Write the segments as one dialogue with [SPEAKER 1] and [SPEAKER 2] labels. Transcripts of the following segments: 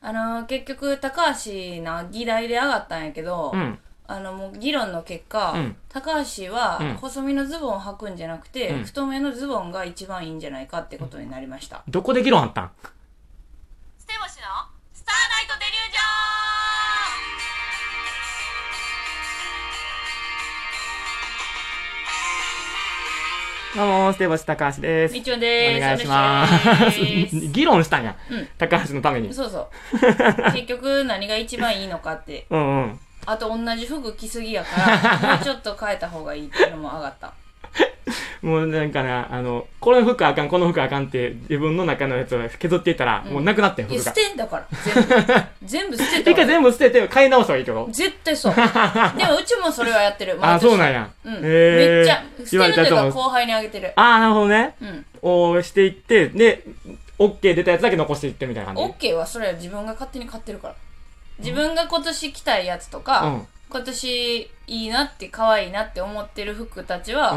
[SPEAKER 1] あの結局高橋な議題で上がったんやけど、
[SPEAKER 2] うん
[SPEAKER 1] あのもう議論の結果、
[SPEAKER 2] うん
[SPEAKER 1] 高橋は
[SPEAKER 2] うん
[SPEAKER 1] 細身のズボンを履くんじゃなくて、
[SPEAKER 2] うん
[SPEAKER 1] 太めのズボンが一番いいんじゃないかってことになりました、
[SPEAKER 2] どこで議論あったん
[SPEAKER 3] ステボシのスターナイトデリュージョ
[SPEAKER 2] どうもステボシ高橋です
[SPEAKER 1] みっちょんで
[SPEAKER 2] お
[SPEAKER 1] す
[SPEAKER 2] 願いします
[SPEAKER 1] よろしくで
[SPEAKER 2] 議論したんや、
[SPEAKER 1] うん
[SPEAKER 2] 高橋のために
[SPEAKER 1] す そうそう結局何が一番いいのかって
[SPEAKER 2] うんうん
[SPEAKER 1] あと同じ服着すぎや からもうちょっと変えた方がいいっていうのも上がった
[SPEAKER 2] もうなんかなあのこの服あかんこの服あかんって自分の中のやつを削っていったら、
[SPEAKER 1] うん
[SPEAKER 2] もうなくなってん
[SPEAKER 1] いや
[SPEAKER 2] 服
[SPEAKER 1] 捨
[SPEAKER 2] が
[SPEAKER 1] てんだから全部全部捨てた
[SPEAKER 2] 一
[SPEAKER 1] わ
[SPEAKER 2] 回全部捨てて買い直したらいいけど
[SPEAKER 1] 絶対 そうでもうちもそれはやってる
[SPEAKER 2] あそうなん
[SPEAKER 1] や
[SPEAKER 2] や、
[SPEAKER 1] うん、め
[SPEAKER 2] へ
[SPEAKER 1] っ
[SPEAKER 2] ー
[SPEAKER 1] ちゃ捨
[SPEAKER 2] 言わ
[SPEAKER 1] てる
[SPEAKER 2] れ
[SPEAKER 1] と
[SPEAKER 2] た
[SPEAKER 1] い
[SPEAKER 2] や
[SPEAKER 1] う
[SPEAKER 2] つ
[SPEAKER 1] か
[SPEAKER 2] も
[SPEAKER 1] 後輩にあげてる
[SPEAKER 2] ああなるほどね
[SPEAKER 1] うん
[SPEAKER 2] をしていってで OK 出たやつだけ残していってみたいな感
[SPEAKER 1] オッ
[SPEAKER 2] じ
[SPEAKER 1] ケーはそれは自分が勝手に買ってるから自分が今年着たいやつと
[SPEAKER 2] う
[SPEAKER 1] か、
[SPEAKER 2] ん
[SPEAKER 1] 今年いいなって可愛いなって思ってる服たちは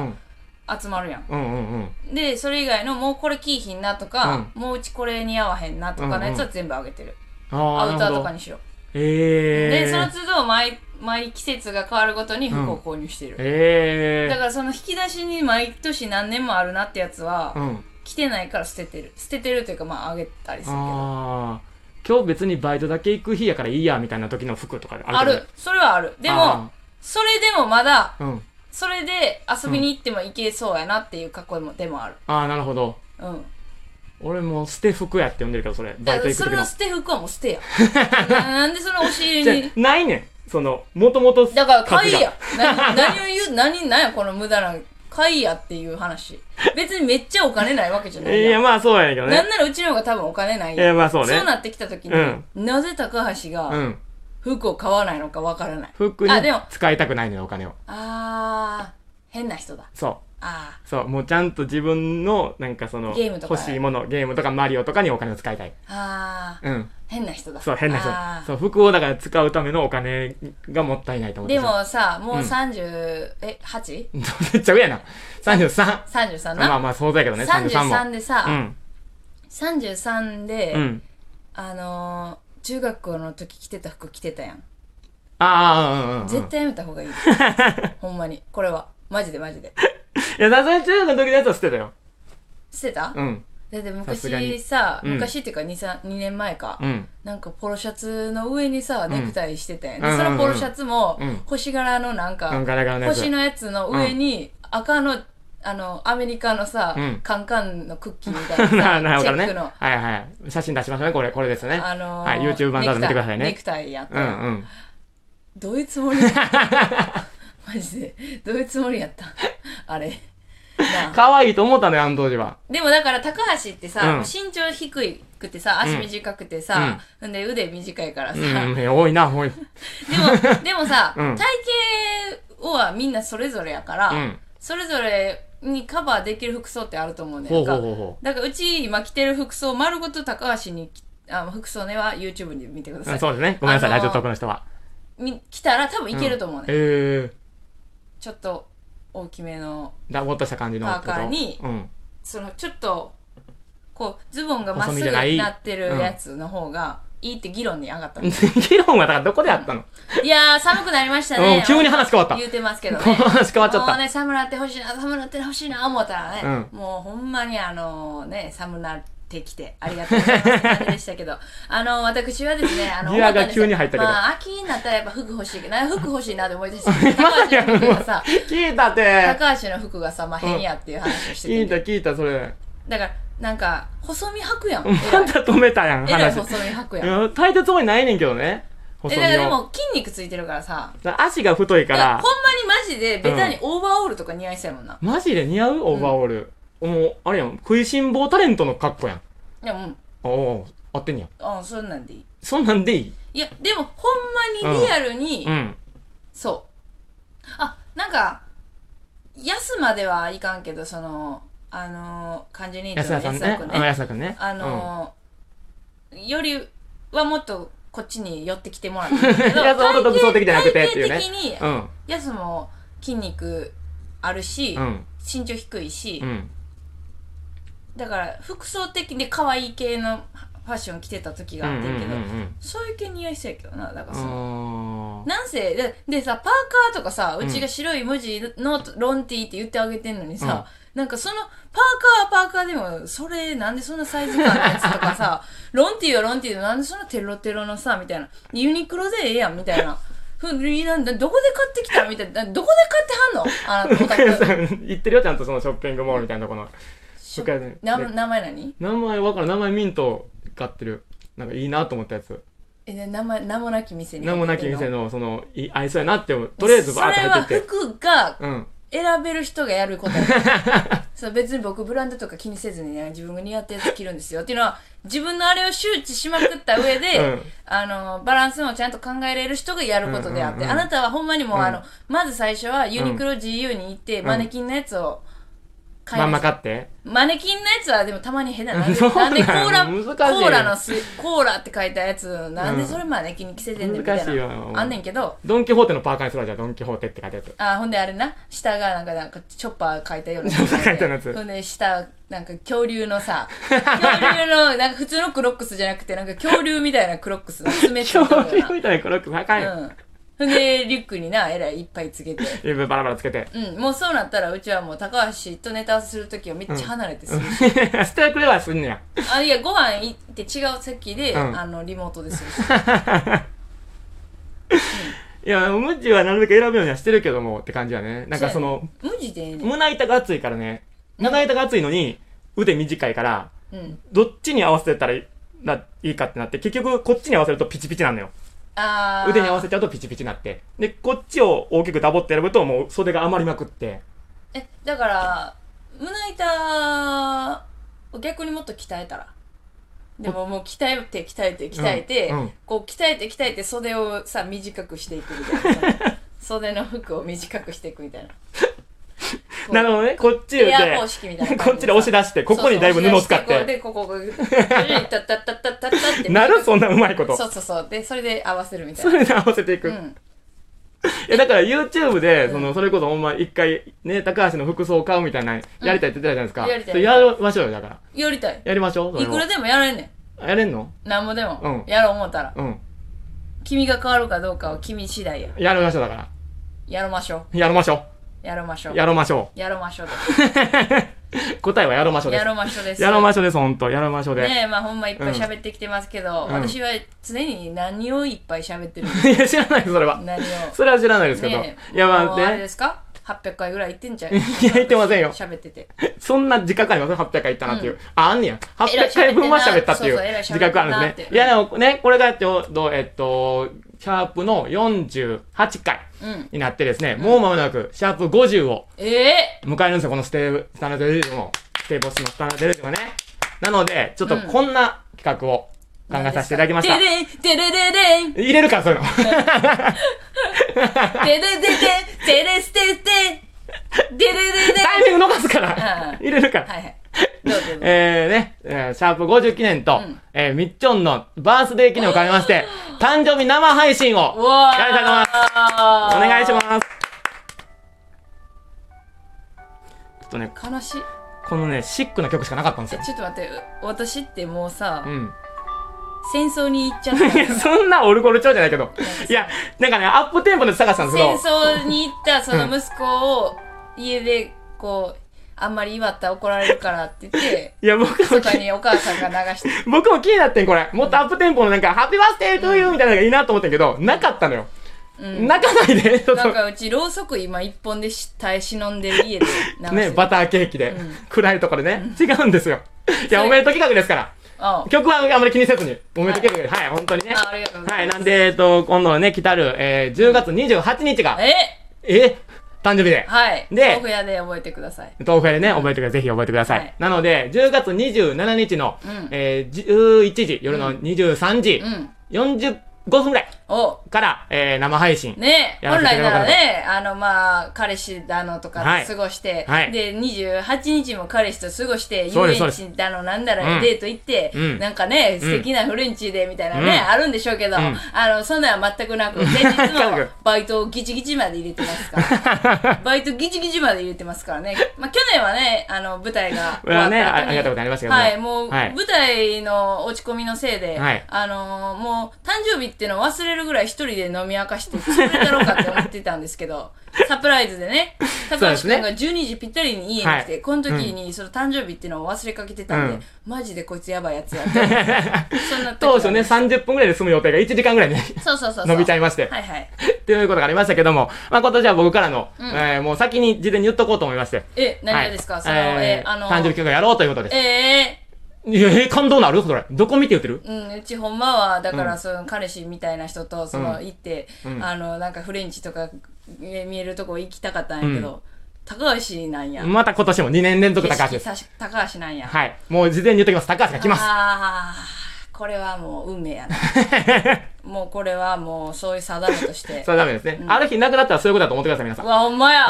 [SPEAKER 2] う
[SPEAKER 1] 集まるやん、
[SPEAKER 2] んうんうんうん
[SPEAKER 1] でそれ以外のもうこれ着いひんなとか、もううちこれ似合わへんなとかのやつは全部あげてる、ア
[SPEAKER 2] あ
[SPEAKER 1] ウターとか
[SPEAKER 2] に
[SPEAKER 1] にしろ
[SPEAKER 2] へえ
[SPEAKER 1] でその都度毎毎季節が変わるごとに服を購入してる、
[SPEAKER 2] へえ
[SPEAKER 1] だからその引き出しに毎年何年もあるなってやつは、
[SPEAKER 2] うん
[SPEAKER 1] 着てないから捨ててる捨ててるというかまああげたりするけど
[SPEAKER 2] ああ今日別にバイトだけ行く日やからいいやみたいな時の服とかあるけど
[SPEAKER 1] あるそれはあるでも
[SPEAKER 2] あ
[SPEAKER 1] それでもまだ
[SPEAKER 2] ーうん
[SPEAKER 1] それで遊びに行っても行けそうやなっていう格好でもでもある。
[SPEAKER 2] ああなるほど
[SPEAKER 1] うん。
[SPEAKER 2] 俺も捨て服やって呼んでるけどそれバ
[SPEAKER 1] だ
[SPEAKER 2] イ
[SPEAKER 1] か
[SPEAKER 2] ト
[SPEAKER 1] ら
[SPEAKER 2] 行く
[SPEAKER 1] そ
[SPEAKER 2] 時
[SPEAKER 1] れ
[SPEAKER 2] の
[SPEAKER 1] の捨て服はもう捨 てや。ななんでその押し入
[SPEAKER 2] じゃ
[SPEAKER 1] れに。
[SPEAKER 2] ないねんそのもともと
[SPEAKER 1] だから買いや。な何を言う、何、何やこの無駄な、買いやっていう話。別にめっちゃお金ないわけじゃないい
[SPEAKER 2] や
[SPEAKER 1] やん。
[SPEAKER 2] まあそうやねんけど
[SPEAKER 1] な
[SPEAKER 2] ね
[SPEAKER 1] んならうちの方が多分お金ない
[SPEAKER 2] いや
[SPEAKER 1] やん。
[SPEAKER 2] まあそうね
[SPEAKER 1] なってきた時に、
[SPEAKER 2] うん
[SPEAKER 1] なぜ高橋
[SPEAKER 2] う
[SPEAKER 1] が
[SPEAKER 2] ん
[SPEAKER 1] 服を買わないのかわからない。
[SPEAKER 2] 服に
[SPEAKER 1] あでも
[SPEAKER 2] 使いたくないのよお金を
[SPEAKER 1] あー、変な人だ。
[SPEAKER 2] そう
[SPEAKER 1] あ
[SPEAKER 2] そう、もうちゃんと自分の、なんかその、
[SPEAKER 1] ゲームとか
[SPEAKER 2] 欲しいもの、ゲームとかマリオとかにお金を使いたい。
[SPEAKER 1] ー、あー、
[SPEAKER 2] うん。
[SPEAKER 1] 変な人だ。
[SPEAKER 2] そう、変な
[SPEAKER 1] あー
[SPEAKER 2] 人。そう、服をだから使うためのお金がもったいないと思って
[SPEAKER 1] で
[SPEAKER 2] る。
[SPEAKER 1] もさ、もううん30、え、8?33
[SPEAKER 2] めっちゃ上やな。33。まあ
[SPEAKER 1] な、
[SPEAKER 2] まあ、そうだけどね、33も。
[SPEAKER 1] ?33 でさ、
[SPEAKER 2] うん。
[SPEAKER 1] 33で、
[SPEAKER 2] うん。
[SPEAKER 1] あのー、中学校の時着てた服着てたやん。
[SPEAKER 2] ああ、うんうんうん。
[SPEAKER 1] 絶対やめた方がいい。ほんまに。これは。マジでマジで。
[SPEAKER 2] いや、さすがに中学の時のやつは捨てたよ。
[SPEAKER 1] 捨てた、
[SPEAKER 2] うん。
[SPEAKER 1] だって
[SPEAKER 2] さすがに
[SPEAKER 1] 昔さ、
[SPEAKER 2] うん
[SPEAKER 1] 昔っていうか 2, 三2年前か、
[SPEAKER 2] うん。
[SPEAKER 1] なんかポロシャツの上にさ、ネクタイしてたやん。で
[SPEAKER 2] うん
[SPEAKER 1] そのポロシャツも
[SPEAKER 2] うん、
[SPEAKER 1] 星柄のなんか、
[SPEAKER 2] うんガラガラのやつ
[SPEAKER 1] 星のやつの上に、赤の、あの、アメリカのさ、
[SPEAKER 2] うん
[SPEAKER 1] カンカンのクッキーみた
[SPEAKER 2] ないな
[SPEAKER 1] な
[SPEAKER 2] る
[SPEAKER 1] さ、チ
[SPEAKER 2] ほど
[SPEAKER 1] ェ
[SPEAKER 2] ね。
[SPEAKER 1] ックの、
[SPEAKER 2] はいはい。写真出しましょうね、これ、これですね。
[SPEAKER 1] あの
[SPEAKER 2] はい、YouTube 版だと見てください
[SPEAKER 1] ネ
[SPEAKER 2] ね
[SPEAKER 1] ク。タイネクタイやった
[SPEAKER 2] う
[SPEAKER 1] やん。
[SPEAKER 2] んうん。
[SPEAKER 1] どういうつも りマジで、どういうつもりやった あれ。なあ
[SPEAKER 2] 可愛いと思ったのよ、あの当時は。
[SPEAKER 1] でもだから高橋ってさ、
[SPEAKER 2] うん
[SPEAKER 1] 身長低くてさ、足短くてさ、んで腕短いからさ、
[SPEAKER 2] うん、多いな、多い。
[SPEAKER 1] で も、でもさ、
[SPEAKER 2] うん
[SPEAKER 1] 体型はみんなそれぞれやから、
[SPEAKER 2] うん。
[SPEAKER 1] それぞれにカバーできる服装ってあると思うね
[SPEAKER 2] ほ
[SPEAKER 1] ん
[SPEAKER 2] う
[SPEAKER 1] か。
[SPEAKER 2] ほうほうほう。
[SPEAKER 1] だからうち今着てる服装丸ごと高橋に着、あ服装ねは YouTube に見てくだ
[SPEAKER 2] う
[SPEAKER 1] さ
[SPEAKER 2] ん
[SPEAKER 1] い。
[SPEAKER 2] そうですね。ごめんなさい、
[SPEAKER 1] あのー
[SPEAKER 2] ラジオトークの人は。
[SPEAKER 1] み着たら多分いけると思うね、ん。
[SPEAKER 2] ええ
[SPEAKER 1] ちょっと大きめの、
[SPEAKER 2] ー、だぼっとした感じの。
[SPEAKER 1] パーカーに
[SPEAKER 2] うん。
[SPEAKER 1] そのちょっと、こう、ズボンがまっす
[SPEAKER 2] 細身
[SPEAKER 1] ぐ
[SPEAKER 2] じゃない
[SPEAKER 1] になってるやつの方がいいって議論に上がったの。
[SPEAKER 2] 議論はだからどこであったの、
[SPEAKER 1] いやー、寒くなりました
[SPEAKER 2] う
[SPEAKER 1] ね
[SPEAKER 2] ん、。急に話変わった。
[SPEAKER 1] 言うてますけどね。
[SPEAKER 2] 話変わっちゃっ
[SPEAKER 1] もう
[SPEAKER 2] た。
[SPEAKER 1] ね、寒なってほしいな、寒なってほしいな、思ったらね、もうほんまにあのね、寒なってきて、ありがとうございますって感じでしたけど、 あの、私はですね、あ の、
[SPEAKER 2] ギ
[SPEAKER 1] 思
[SPEAKER 2] アが
[SPEAKER 1] ったんですよ
[SPEAKER 2] 急に入ったけど
[SPEAKER 1] まあ、秋になったらやっぱ服欲しいけど、な服欲しいなって思い出して、 高橋の服がさ、
[SPEAKER 2] 聞いたって。
[SPEAKER 1] 高橋の服がさ、まあ変やっていう話をして
[SPEAKER 2] 聞
[SPEAKER 1] て、
[SPEAKER 2] いた聞いた、それ。
[SPEAKER 1] だから、なんか、細身履くやん。え
[SPEAKER 2] ま
[SPEAKER 1] らい
[SPEAKER 2] た止めたやん、
[SPEAKER 1] えらい
[SPEAKER 2] 話。
[SPEAKER 1] 細身履くやん。
[SPEAKER 2] うん、大抵つもりないねんけどね。細
[SPEAKER 1] え、
[SPEAKER 2] 身
[SPEAKER 1] だからで
[SPEAKER 2] を。
[SPEAKER 1] も筋肉ついてるからさ、
[SPEAKER 2] 足が太いか
[SPEAKER 1] だからほ
[SPEAKER 2] ら
[SPEAKER 1] ん、まにマジでベタにオーバーオールとか似合いそうやもんな。
[SPEAKER 2] マジで似合うオーバーオール。もう、あれやん、食いしん坊タレントの格好やん。
[SPEAKER 1] でも、
[SPEAKER 2] おおう、合ってんやん。
[SPEAKER 1] うん、そんなんでいい。
[SPEAKER 2] そんなんでいい
[SPEAKER 1] いや、でも、ほんまにリアルに、
[SPEAKER 2] うん。
[SPEAKER 1] そう。あ、なんか、安まではいかんけど、その、あのー、関ジャニー
[SPEAKER 2] 安
[SPEAKER 1] ズの
[SPEAKER 2] 田さん
[SPEAKER 1] 安
[SPEAKER 2] ね。
[SPEAKER 1] 田
[SPEAKER 2] う
[SPEAKER 1] 君
[SPEAKER 2] ん
[SPEAKER 1] ね。
[SPEAKER 2] 安田くんね。
[SPEAKER 1] あのー、よりはもっとこっちに寄ってきてもらっていいけど、
[SPEAKER 2] 安田ほど独創的じゃなくてっていうね
[SPEAKER 1] 体型的に
[SPEAKER 2] う、ん。
[SPEAKER 1] 安も筋肉あるし、
[SPEAKER 2] うん。
[SPEAKER 1] 身長低いし、
[SPEAKER 2] うん。
[SPEAKER 1] だから服装的で可愛い系のはファッション着てた時があってんけど、
[SPEAKER 2] うんうんうんうん
[SPEAKER 1] そういう系似合いそうやけどなだからその
[SPEAKER 2] あー
[SPEAKER 1] なんせででさパーカーとかさうちが白い無地のロンティーって言ってあげてんのにさ、なんかそのパーカーはパーカーでもそれなんでそんなサイズ感のやつとか さロンティーはロンティーでなんでそんなテロテロのさみたいなユニクロでええやんみたいな。ふんなんだどこで買ってきたみたいなどこで買ってはんのあなたオタク
[SPEAKER 2] 言ってるよ、ちゃんとそのショッピングモールみたいなとこの。
[SPEAKER 1] しょ
[SPEAKER 2] 僕はね
[SPEAKER 1] な
[SPEAKER 2] で
[SPEAKER 1] 名前何
[SPEAKER 2] 名前わからん、名前ミント買ってる。なんかいいなと思ったやつ。
[SPEAKER 1] えで名前名もなき店に
[SPEAKER 2] 名もなき店
[SPEAKER 1] の
[SPEAKER 2] の、その、い合いそうやなって思う、とりあえずバーって入っ
[SPEAKER 1] そ
[SPEAKER 2] て
[SPEAKER 1] れ
[SPEAKER 2] っ
[SPEAKER 1] は
[SPEAKER 2] て。
[SPEAKER 1] 服が
[SPEAKER 2] うん。
[SPEAKER 1] 選べる人がやること そう別に僕ブランドとか気にせずに、ね、自分が似合ったやつ着るんですよっていうのは自分のあれを周知しまくった上で、
[SPEAKER 2] うん
[SPEAKER 1] あのバランスもちゃんと考えれる人がやることであって、
[SPEAKER 2] うんうんうん
[SPEAKER 1] あなたはほんまにもう、
[SPEAKER 2] うん
[SPEAKER 1] あのまず最初はユニクロ GU に行って、
[SPEAKER 2] ん
[SPEAKER 1] マネキンのやつを買い
[SPEAKER 2] まん
[SPEAKER 1] ま
[SPEAKER 2] ま
[SPEAKER 1] し
[SPEAKER 2] 買
[SPEAKER 1] た
[SPEAKER 2] って。
[SPEAKER 1] マネキンのやつはでもたまに変 ななんで
[SPEAKER 2] そう
[SPEAKER 1] な
[SPEAKER 2] なんん
[SPEAKER 1] で
[SPEAKER 2] や
[SPEAKER 1] コーラ
[SPEAKER 2] 難しい
[SPEAKER 1] コーラのすコーラって書いたやつなんでそれマネキンに着せてんねんみたい
[SPEAKER 2] 難しいよ
[SPEAKER 1] な、あんねんけど
[SPEAKER 2] ドンキホーテのパーカーにするわ、じゃあ、ドンキホーテって書いてある。
[SPEAKER 1] あほんであれな下がなんかなんかチョッパー書いたような
[SPEAKER 2] チョッパー書いたようなやつ
[SPEAKER 1] ほんで下なんか恐竜のさ恐竜のなんか普通のクロックスじゃなくてなんか恐竜みたいなクロックスの爪ついてる
[SPEAKER 2] 恐
[SPEAKER 1] ような
[SPEAKER 2] 竜みたいなクロック高い。
[SPEAKER 1] うんほんでリュックになえらいいっぱいつけて
[SPEAKER 2] 指バラバラつけて。
[SPEAKER 1] うんもうそうなったらうちはもう高橋とネタ合わせするときはめっちゃ離れてする、
[SPEAKER 2] 捨てくれはすんねや。
[SPEAKER 1] あいやご飯行って違う席で、
[SPEAKER 2] うん
[SPEAKER 1] あのリモートでするし
[SPEAKER 2] いや、ムッチはなるべく選ぶようにはしてるけどもって感じやね。なんかその、
[SPEAKER 1] 無地でええねん
[SPEAKER 2] 胸板が厚いからね。胸板が厚いのに、腕短いから、
[SPEAKER 1] うん
[SPEAKER 2] どっちに合わせたらいいないいかってなって、結局こっちに合わせるとピチピチなのよ。
[SPEAKER 1] あー
[SPEAKER 2] 腕に合わせちゃうとピチピチになって。で、こっちを大きくダボってやると、もう袖が余りまくって。
[SPEAKER 1] えだから胸板を逆にもっと鍛えたらでももう鍛えて鍛えて鍛えて、
[SPEAKER 2] うんうん
[SPEAKER 1] こう鍛えて鍛えて袖をさ短くしていくみたいな袖の服を短くしていくみたいなう
[SPEAKER 2] なるほどね、こっちで、
[SPEAKER 1] エア方式みたいな感じでさ
[SPEAKER 2] こっちで押し出して、ここにだいぶ布使っ
[SPEAKER 1] そうそう
[SPEAKER 2] て。
[SPEAKER 1] でここがグッタッタッタッタッタッタッって
[SPEAKER 2] なるそんなうまいこと。
[SPEAKER 1] そうそうそうでそれで合わせるみたい
[SPEAKER 2] そ
[SPEAKER 1] な
[SPEAKER 2] れで合わせていく。
[SPEAKER 1] う
[SPEAKER 2] い
[SPEAKER 1] ん
[SPEAKER 2] や、だから YouTube で、
[SPEAKER 1] ん
[SPEAKER 2] その、それこそほんま一回、ね、高橋の服装を買うみたいな、やりたいって言ってたじゃないですか。
[SPEAKER 1] やりたい
[SPEAKER 2] それやりましょうよ、だから。
[SPEAKER 1] やりたい
[SPEAKER 2] やりましょう、そ
[SPEAKER 1] い
[SPEAKER 2] れ
[SPEAKER 1] く
[SPEAKER 2] も
[SPEAKER 1] ら。でもやれんね
[SPEAKER 2] やれんの
[SPEAKER 1] んなんぼでも、
[SPEAKER 2] うん
[SPEAKER 1] やろう思ったら
[SPEAKER 2] うん。
[SPEAKER 1] 君が変わるかどうかは君次第や
[SPEAKER 2] やりましょう、だから。
[SPEAKER 1] やろましょう
[SPEAKER 2] やろましょ
[SPEAKER 1] やろましょう
[SPEAKER 2] う。。やろましょ
[SPEAKER 1] やろましょう
[SPEAKER 2] う。答えはやろましょ
[SPEAKER 1] で
[SPEAKER 2] う
[SPEAKER 1] す。
[SPEAKER 2] で
[SPEAKER 1] や
[SPEAKER 2] す。
[SPEAKER 1] ろましょうです。
[SPEAKER 2] やろま
[SPEAKER 1] し
[SPEAKER 2] しょうです、ほんと。やろましょうで。
[SPEAKER 1] ねえ、まあほんまいっぱい喋ってきてますけど、
[SPEAKER 2] うん
[SPEAKER 1] 私は常に何をいっぱい喋 ってるんです
[SPEAKER 2] いや、知らないです、それは。
[SPEAKER 1] 何を。
[SPEAKER 2] それは知らないですけど。い
[SPEAKER 1] ねえ、
[SPEAKER 2] や、ま
[SPEAKER 1] も
[SPEAKER 2] あ
[SPEAKER 1] うあれ
[SPEAKER 2] ね
[SPEAKER 1] で、すか ?800 回ぐらい行ってんじゃん。
[SPEAKER 2] いや行ってませんよ
[SPEAKER 1] 喋ってて。
[SPEAKER 2] そんな自覚あります ?800 回行ったなっていう。あ、あんねや。
[SPEAKER 1] 偉い喋っ
[SPEAKER 2] 800
[SPEAKER 1] てんな
[SPEAKER 2] 回分は喋ったってい
[SPEAKER 1] そ
[SPEAKER 2] う
[SPEAKER 1] うそう偉い
[SPEAKER 2] 自覚あるん
[SPEAKER 1] 喋ってんなっ
[SPEAKER 2] です
[SPEAKER 1] て
[SPEAKER 2] ね。いや、でもね、これがちょうど、えっと、シャープの48回
[SPEAKER 1] うん。
[SPEAKER 2] になってですね、もう間もなく、シャープ50を
[SPEAKER 1] ええ
[SPEAKER 2] 迎えるんですよ、このステー、スタンダードデリジョンを。ステーボスのスタンダードデリジョンがね。なので、ちょっと
[SPEAKER 1] うん
[SPEAKER 2] こんな企画を考えさせていただきました
[SPEAKER 1] て。れんてれれれん
[SPEAKER 2] 入れるか、そういうの。
[SPEAKER 1] てれれれんてれすてててれれれん
[SPEAKER 2] タイミング逃すか
[SPEAKER 1] はいは
[SPEAKER 2] ら
[SPEAKER 1] い。
[SPEAKER 2] 入れるから。
[SPEAKER 1] はいはい。どうぞどうぞ。
[SPEAKER 2] えーね、えーシャープ50記念と、
[SPEAKER 1] うん
[SPEAKER 2] えーみっちょんのバースデー記念を兼ねまして、誕生日生配信を
[SPEAKER 1] うわー
[SPEAKER 2] やりたいと思います。お願いします。ちょっとね、
[SPEAKER 1] 悲しい。
[SPEAKER 2] このね、シックな曲しかなかったんです
[SPEAKER 1] え
[SPEAKER 2] よ。
[SPEAKER 1] ちょっと待って、う私ってもうさ、
[SPEAKER 2] うん。
[SPEAKER 1] 戦争に行っちゃった。
[SPEAKER 2] いや、そんなオルゴール調じゃないけど。いや、なんかね、アップテンポで探したんですけ
[SPEAKER 1] 戦
[SPEAKER 2] ど、
[SPEAKER 1] 争に行ったその息子を家でこうあんまり祝ったら怒られるからって言 って
[SPEAKER 2] いや、僕も
[SPEAKER 1] 密かにお母さんが流 して
[SPEAKER 2] 僕も気になってん、これ。もっとアップテンポのなんか、ハッピーバースデートゥーユーみたいなのがいいなと思ってんけど、なかったのよ。
[SPEAKER 1] うん
[SPEAKER 2] 泣かないで、ちょっ
[SPEAKER 1] なん
[SPEAKER 2] と。
[SPEAKER 1] かうちろうそく今一本でし耐え忍んでる家で流して
[SPEAKER 2] ね、バターケーキで、
[SPEAKER 1] うん
[SPEAKER 2] 暗いところでね、違うんで すよ。い
[SPEAKER 1] そ
[SPEAKER 2] や、
[SPEAKER 1] れ
[SPEAKER 2] おめでとう企画ですから。
[SPEAKER 1] あ
[SPEAKER 2] 曲はあまり気にせずに、おめでとう企画で、はい、本当にね。
[SPEAKER 1] あありがとうござ
[SPEAKER 2] はいい、
[SPEAKER 1] ま
[SPEAKER 2] なん
[SPEAKER 1] す、
[SPEAKER 2] で、えっと、今度ね、来たる、えー、10月28日が、
[SPEAKER 1] え
[SPEAKER 2] え誕生日で、
[SPEAKER 1] はい
[SPEAKER 2] で
[SPEAKER 1] 豆腐屋で覚えてください
[SPEAKER 2] 豆腐屋でね、覚えてください。ぜひ覚えてください。
[SPEAKER 1] はい
[SPEAKER 2] なので、10月27日の、
[SPEAKER 1] うん
[SPEAKER 2] えー、11時、夜
[SPEAKER 1] う
[SPEAKER 2] の23時、
[SPEAKER 1] うん
[SPEAKER 2] 40 5分ぐらい
[SPEAKER 1] お
[SPEAKER 2] から、えー生配信。
[SPEAKER 1] ね
[SPEAKER 2] やら
[SPEAKER 1] 本
[SPEAKER 2] せて
[SPEAKER 1] 来
[SPEAKER 2] いただ
[SPEAKER 1] な
[SPEAKER 2] かな
[SPEAKER 1] らね、あの、まあ、彼氏だのと
[SPEAKER 2] は
[SPEAKER 1] か
[SPEAKER 2] い
[SPEAKER 1] 過ごして、
[SPEAKER 2] はい
[SPEAKER 1] で、28日も彼氏と過ごして、
[SPEAKER 2] そう
[SPEAKER 1] 遊
[SPEAKER 2] です
[SPEAKER 1] 園地だの、なんだ
[SPEAKER 2] う
[SPEAKER 1] ら
[SPEAKER 2] ん
[SPEAKER 1] デート行って、
[SPEAKER 2] うん
[SPEAKER 1] なんかね、素敵なフレンチで、みたいなね、
[SPEAKER 2] うん
[SPEAKER 1] あるんでしょうけど、
[SPEAKER 2] ん
[SPEAKER 1] あの、そんなんは全くな く、前日
[SPEAKER 2] 全
[SPEAKER 1] も
[SPEAKER 2] く
[SPEAKER 1] バイトをギチギチまで入れてます から、バイトギチギチまで入れてますからね。まあ、去年はね、あの、舞台が終わった後に。
[SPEAKER 2] まあねあありがたいことになりましたけども
[SPEAKER 1] はい、もう、
[SPEAKER 2] はい
[SPEAKER 1] 舞台の落ち込みのせいで、
[SPEAKER 2] はい
[SPEAKER 1] あのーもう誕生日っていうのを忘れるぐらい一人で飲み明かして潰れたろうかって思ってたんですけ ど、サプライズでね、
[SPEAKER 2] そう
[SPEAKER 1] 高
[SPEAKER 2] で
[SPEAKER 1] 橋
[SPEAKER 2] す
[SPEAKER 1] く
[SPEAKER 2] ね
[SPEAKER 1] んが12時ぴったりに家に来て、
[SPEAKER 2] はい
[SPEAKER 1] この時にその誕生日っていうのを忘れかけてたんで、
[SPEAKER 2] うん
[SPEAKER 1] マジでこいつやばいやつや って。そんな時
[SPEAKER 2] 当初ね、30分ぐらいで済む予定が1時間ぐらいね、
[SPEAKER 1] そうそうそうそう。
[SPEAKER 2] 伸びちゃいまして。
[SPEAKER 1] はいはい。
[SPEAKER 2] っていうことがありましたけども、まあ今年は僕からの、
[SPEAKER 1] うん
[SPEAKER 2] えーもう先に事前に言っとこうと思いまして。
[SPEAKER 1] え、何がですか、
[SPEAKER 2] はい
[SPEAKER 1] その、えあの
[SPEAKER 2] 誕生日企画やろうということです。
[SPEAKER 1] え
[SPEAKER 2] いや、えー感動なるそれ。どこ見て言ってる
[SPEAKER 1] ーうん、うちほんまは、だか
[SPEAKER 2] う
[SPEAKER 1] ら、
[SPEAKER 2] ん
[SPEAKER 1] その、彼氏みたいな人と、その、
[SPEAKER 2] う
[SPEAKER 1] 行って、
[SPEAKER 2] うん
[SPEAKER 1] あの、なんかフレンチとか、え見えるとこ行きたかったんやけど、高橋なんや。
[SPEAKER 2] また今年も2年連続高橋です。
[SPEAKER 1] 景色さ高橋なんや。
[SPEAKER 2] はい。もう事前に言っときます。高橋が来ます。
[SPEAKER 1] ああ、これはもう運命やな。 もうこれはもうそういう定めとして
[SPEAKER 2] そ。れはダメですね。ある日なくなったらそういうことだと思ってください、皆さ。
[SPEAKER 1] うんわ、ほんま や。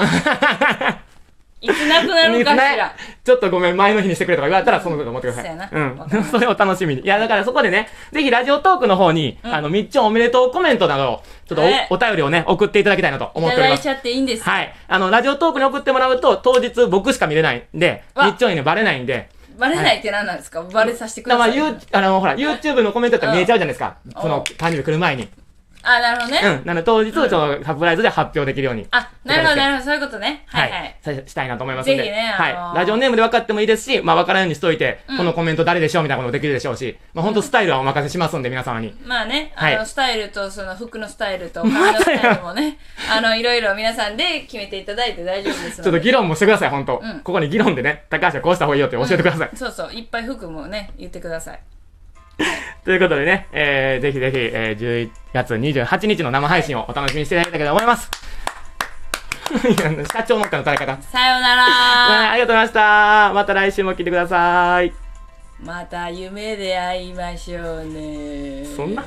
[SPEAKER 1] いつなくなるかしら。
[SPEAKER 2] ちょっとごめん、前の日にしてくれとか言われたら、そのこと思ってください。
[SPEAKER 1] そうやなわかり
[SPEAKER 2] ん。
[SPEAKER 1] ました
[SPEAKER 2] それを楽しみに。いや、だからそこでね、ぜひラジオトークの方に、あの、みっちょんおめでとうコメントなどを、ちょっとお,、
[SPEAKER 1] はい
[SPEAKER 2] お便りをね、送っていただきたいなと
[SPEAKER 1] い
[SPEAKER 2] 思ったてお
[SPEAKER 1] だ
[SPEAKER 2] りま
[SPEAKER 1] い
[SPEAKER 2] す
[SPEAKER 1] ち。ゃっていいんですか、
[SPEAKER 2] はい。あの、ラジオトークに送ってもらうと、当日僕しか見れないんで、
[SPEAKER 1] わ
[SPEAKER 2] みっちょんにね、バレないんで、
[SPEAKER 1] バレないって何なんですか、バレさせてく
[SPEAKER 2] だ
[SPEAKER 1] だ
[SPEAKER 2] か
[SPEAKER 1] さ
[SPEAKER 2] ら、
[SPEAKER 1] い。
[SPEAKER 2] ゆう、あの、ほら、YouTube のコメントやったら見えちゃうじゃないですか。この誕生日来る前に。
[SPEAKER 1] あ、なるほどね。
[SPEAKER 2] うん。なので、当日、ちょっとサプライズで発表できるように。
[SPEAKER 1] あ、なるほど、なるほど、そういうことね。はいはい。
[SPEAKER 2] さしたいなと思いますん
[SPEAKER 1] ぜ
[SPEAKER 2] で。
[SPEAKER 1] ひねあのー
[SPEAKER 2] はい。ラジオネームで分かってもいいですし、まあ分からんようにしといて、
[SPEAKER 1] ん
[SPEAKER 2] このコメント誰でしょうみたいなこともできるでしょうし、まあ本当スタイルはお任せしますんで、皆様に。
[SPEAKER 1] まあね、あ
[SPEAKER 2] はい
[SPEAKER 1] の、スタイルと、その、服のスタイルと、髪のスタイルもね、あの、いろいろ皆さんで決めていただいて大丈夫ですので。
[SPEAKER 2] ちょっと議論もしてください、本当、
[SPEAKER 1] うん
[SPEAKER 2] ここに議論でね、高橋はこうした方がいいよって教えてください。
[SPEAKER 1] そうそう、いっぱい服もね、言ってください。
[SPEAKER 2] ということでね、えー、ぜひぜひ、えー、11月28日の生配信をお楽しみにしていただけたらと思います。 いや社長の歌の歌い方。
[SPEAKER 1] さよな
[SPEAKER 2] あ
[SPEAKER 1] ら
[SPEAKER 2] ありがとうございました。また来週も聞いてください。
[SPEAKER 1] また夢で会いましょうね。
[SPEAKER 2] そんな話